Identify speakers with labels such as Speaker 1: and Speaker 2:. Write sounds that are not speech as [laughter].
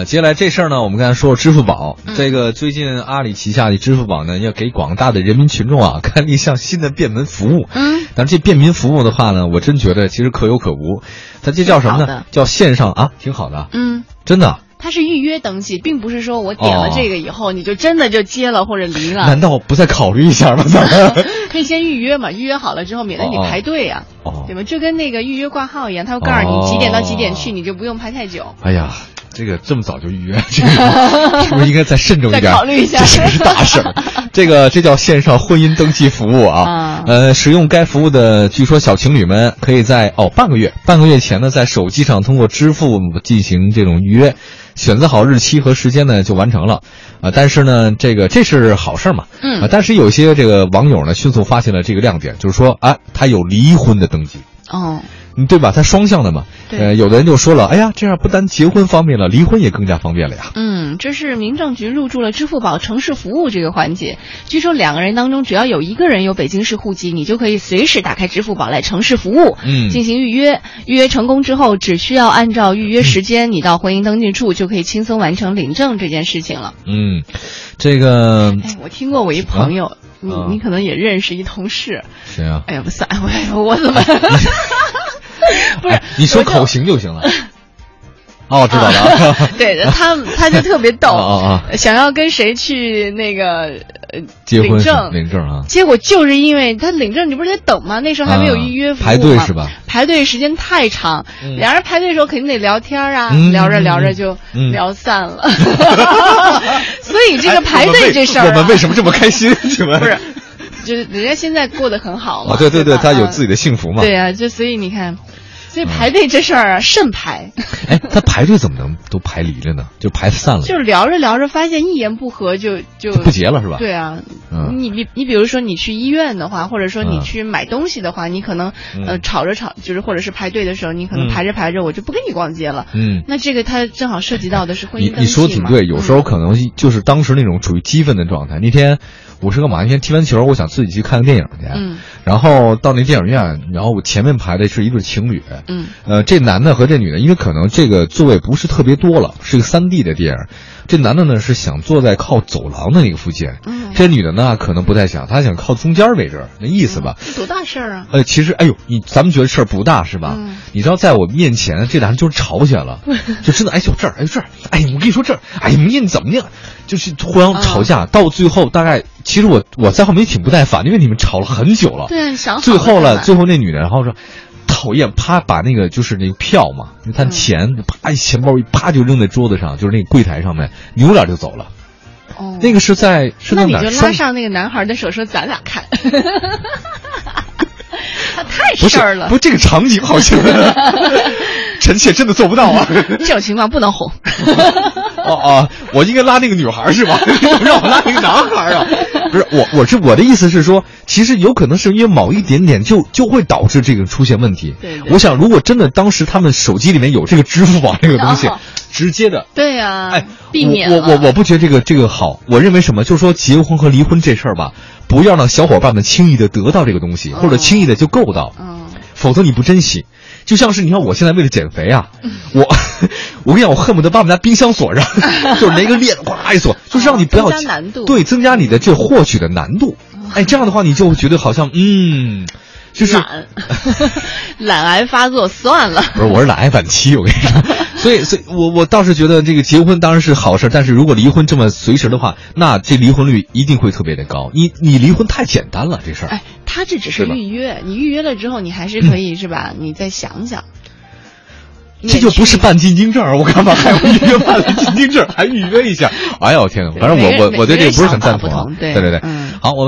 Speaker 1: 呃接下来这事儿呢，我们刚才说了支付宝，
Speaker 2: 嗯
Speaker 1: 这个最近阿里旗下的支付宝呢，要给广大的人民群众啊，开了一项新的便民服务。
Speaker 2: 嗯，
Speaker 1: 但是这便民服务的话呢，我真觉得其实可有可无。它这叫什么
Speaker 2: 挺好
Speaker 1: 呢
Speaker 2: 的？
Speaker 1: 叫线上啊，挺好的，
Speaker 2: 嗯，
Speaker 1: 真的。
Speaker 2: 它是预约登记，并不是说我点了这个以后、你就真的就接了或者离了
Speaker 1: 难，道不再考虑一下
Speaker 2: [laughs]
Speaker 1: 吗？咱们
Speaker 2: 可以先预约嘛，预约好了之后免得你
Speaker 1: 哦哦
Speaker 2: 排队呀、
Speaker 1: 哦
Speaker 2: 对，吧？就跟那个预约挂号一样，他会告诉你几点到几点去，
Speaker 1: 哦
Speaker 2: 你就不用排太久。
Speaker 1: 哎呀，这个这么早就预约，这个是不是应该再慎重一点？
Speaker 2: [laughs] 再考虑一下
Speaker 1: 这是不是大事儿？这个这叫线上婚姻登记服务啊
Speaker 2: 啊。
Speaker 1: 呃，使用该服务的，据说小情侣们可以在哦半个月半个月前呢，在手机上通过支付进行这种预约，选择好日期和时间呢就完成了。啊、但是呢，这个这是好事儿嘛。啊、
Speaker 2: 嗯，
Speaker 1: 但是有些这个网友呢，迅速发现了这个亮点，就是说，啊，他有离婚的登记。
Speaker 2: 哦，
Speaker 1: 嗯，对吧？它双向的嘛。
Speaker 2: 对
Speaker 1: 呃，有的人就说了，哎呀，这样不单结婚方便了，离婚也更加方便了呀。
Speaker 2: 嗯，这是民政局入驻了支付宝城市服务这个环节。据说两个人当中，只要有一个人有北京市户籍，你就可以随时打开支付宝来城市服务，
Speaker 1: 嗯
Speaker 2: 进行预约。预约成功之后，只需要按照预约时间，你到婚姻登记处就可以轻松完成领证这件事情了。
Speaker 1: 嗯，这个
Speaker 2: 哎，我听过我一朋友，你
Speaker 1: 嗯啊
Speaker 2: 你可能也认识一同事，
Speaker 1: 谁啊？
Speaker 2: 哎呀，不算，我我我怎么？ [laughs] 不是
Speaker 1: 哎，你说
Speaker 2: 我就
Speaker 1: 口型就行了。哦，知道 [laughs] 了。啊
Speaker 2: 对他，他就特别逗，
Speaker 1: 啊啊！
Speaker 2: 想要跟谁去那个呃
Speaker 1: 结婚
Speaker 2: 领证，
Speaker 1: 领证啊，
Speaker 2: 结果就是因为他领证，你不是得等吗？那时候还没有
Speaker 1: 啊
Speaker 2: 预约服务、
Speaker 1: 排队是？吧？
Speaker 2: 排队时间太长，
Speaker 1: 嗯
Speaker 2: 两人排队的时候肯定得聊天啊，
Speaker 1: 嗯
Speaker 2: 聊着聊着就
Speaker 1: 嗯
Speaker 2: 聊散了。
Speaker 1: [laughs]
Speaker 2: 所以这个排队这事儿、啊
Speaker 1: 哎我们为 [laughs] 什么这么开
Speaker 2: [laughs]
Speaker 1: 心？请问
Speaker 2: 不是？就是人家现在过得很好嘛？
Speaker 1: 啊，对对对，
Speaker 2: 吧
Speaker 1: 他有自己的幸福
Speaker 2: 嗯
Speaker 1: 嘛。嗯
Speaker 2: 对啊，就所以你看，所以排队这事儿啊，慎
Speaker 1: [laughs]
Speaker 2: 排，
Speaker 1: 哎，他排队怎么能都排离了呢？就排散了，
Speaker 2: 就是聊着聊着发现一言不合就就
Speaker 1: 就不结了是吧？
Speaker 2: 对啊，
Speaker 1: 嗯
Speaker 2: 你你你比如说你去医院的话，或者说你
Speaker 1: 嗯
Speaker 2: 去买东西的话，你可能呃
Speaker 1: 嗯
Speaker 2: 吵着吵，就是或者是排队的时候，你可能
Speaker 1: 嗯
Speaker 2: 排着排着我就不跟你逛街了。
Speaker 1: 嗯。
Speaker 2: 那这个它正好涉及到的是婚
Speaker 1: 你
Speaker 2: 姻登
Speaker 1: 你
Speaker 2: 记
Speaker 1: 说得挺
Speaker 2: 嘛嗯
Speaker 1: 对，有时候可能就是当时那种处于激愤的状态。那天我是干嘛？那天踢完球，我想自己去看个电影去，
Speaker 2: 嗯
Speaker 1: 然后到那电影院，然后我前面排的是一对情侣，
Speaker 2: 嗯
Speaker 1: 呃，这男的和这女的，因为可能这个座位不是特别多了，是个三 D 的电影，这男的呢是想坐在靠走廊的那个附近，
Speaker 2: 嗯，
Speaker 1: 这女的呢可能不太想，她想靠中间位置，那意思吧。
Speaker 2: 这多大事儿啊！
Speaker 1: 呃，其实，哎呦，你咱们觉得事儿不大是吧？
Speaker 2: 嗯
Speaker 1: 你知道，在我面前这俩人就是吵起来了，就真的，哎，就这儿，哎，这儿，哎，我跟你说这儿，哎，你念怎么念？就是互
Speaker 2: 嗯
Speaker 1: 相吵架，到最后大概，其实我我在后面也挺不耐烦的，因为你们吵了很久了。
Speaker 2: 对啊，你想好
Speaker 1: 最后
Speaker 2: 干
Speaker 1: 了，
Speaker 2: 嘛
Speaker 1: 最后那女的，然后说。讨厌，啪把那个就是那个票嘛，就她的
Speaker 2: 嗯
Speaker 1: 钱，啪一钱包一啪就扔在桌子上，就是那个柜台上面，扭脸就走了。
Speaker 2: 哦
Speaker 1: 那个是在是
Speaker 2: 那
Speaker 1: 在
Speaker 2: 你
Speaker 1: 哪儿？
Speaker 2: 就拉
Speaker 1: 双
Speaker 2: 上那个男孩的手说咱俩
Speaker 1: [laughs]
Speaker 2: 看，他太
Speaker 1: 不是
Speaker 2: 事儿了
Speaker 1: 不，，这个场景好像
Speaker 2: [laughs]
Speaker 1: 臣妾真的做不到啊。
Speaker 2: 这种情况不能
Speaker 1: [laughs]
Speaker 2: 哄。
Speaker 1: 哦哦，我应该拉那个女孩儿是吧？ [laughs] 让我拉那个男孩儿
Speaker 2: [laughs]
Speaker 1: 啊？不是我，我是我的意思是说，其实有可能是因为某一点点就就会导致这个出现问题。
Speaker 2: 对对
Speaker 1: 我想如果真的当时他们手机里面有这个支付宝这个东西
Speaker 2: 哦，
Speaker 1: 直接的。
Speaker 2: 对呀，
Speaker 1: 哎，
Speaker 2: 避免
Speaker 1: 我我
Speaker 2: 了
Speaker 1: 我我不觉得这个这个好。我认为什么，就是说结婚和离婚这事儿吧，不要让小伙伴们轻易的得到这个东西，或者
Speaker 2: 嗯
Speaker 1: 轻易的就够到。
Speaker 2: 嗯
Speaker 1: 否则你不珍惜。就像是你看，我现在为了减肥啊，
Speaker 2: 嗯
Speaker 1: 我我跟你讲，我恨不得把我们家冰箱锁上，就是拿一个链子哗一锁，就是让你不要
Speaker 2: 增加难度哦
Speaker 1: 对，增加你的这获取的难度。哎，这样的话你就会觉得好像嗯，就是
Speaker 2: 懒，懒癌发作算了。
Speaker 1: [laughs] 不是我是懒癌晚期，我跟你说，所以所以我我倒是觉得这个结婚当然是好事，但是如果离婚这么随时的话，那这离婚率一定会特别的高。你你离婚太简单了，这事儿
Speaker 2: 哎，他这只是
Speaker 1: 对吧
Speaker 2: 预约，你预约了之后，你还是可以、是吧？你再想想，
Speaker 1: 这就不是办进京证儿，我干
Speaker 2: [laughs]
Speaker 1: 嘛还要预约办了进京证儿，还预约一下？哎呀，我天哪！反正
Speaker 2: 每个
Speaker 1: 我
Speaker 2: 人
Speaker 1: 我我对这个不是很赞
Speaker 2: 每
Speaker 1: 同
Speaker 2: 个人想法
Speaker 1: 啊
Speaker 2: 不同。对
Speaker 1: 对对对
Speaker 2: 嗯，
Speaker 1: 好，我们。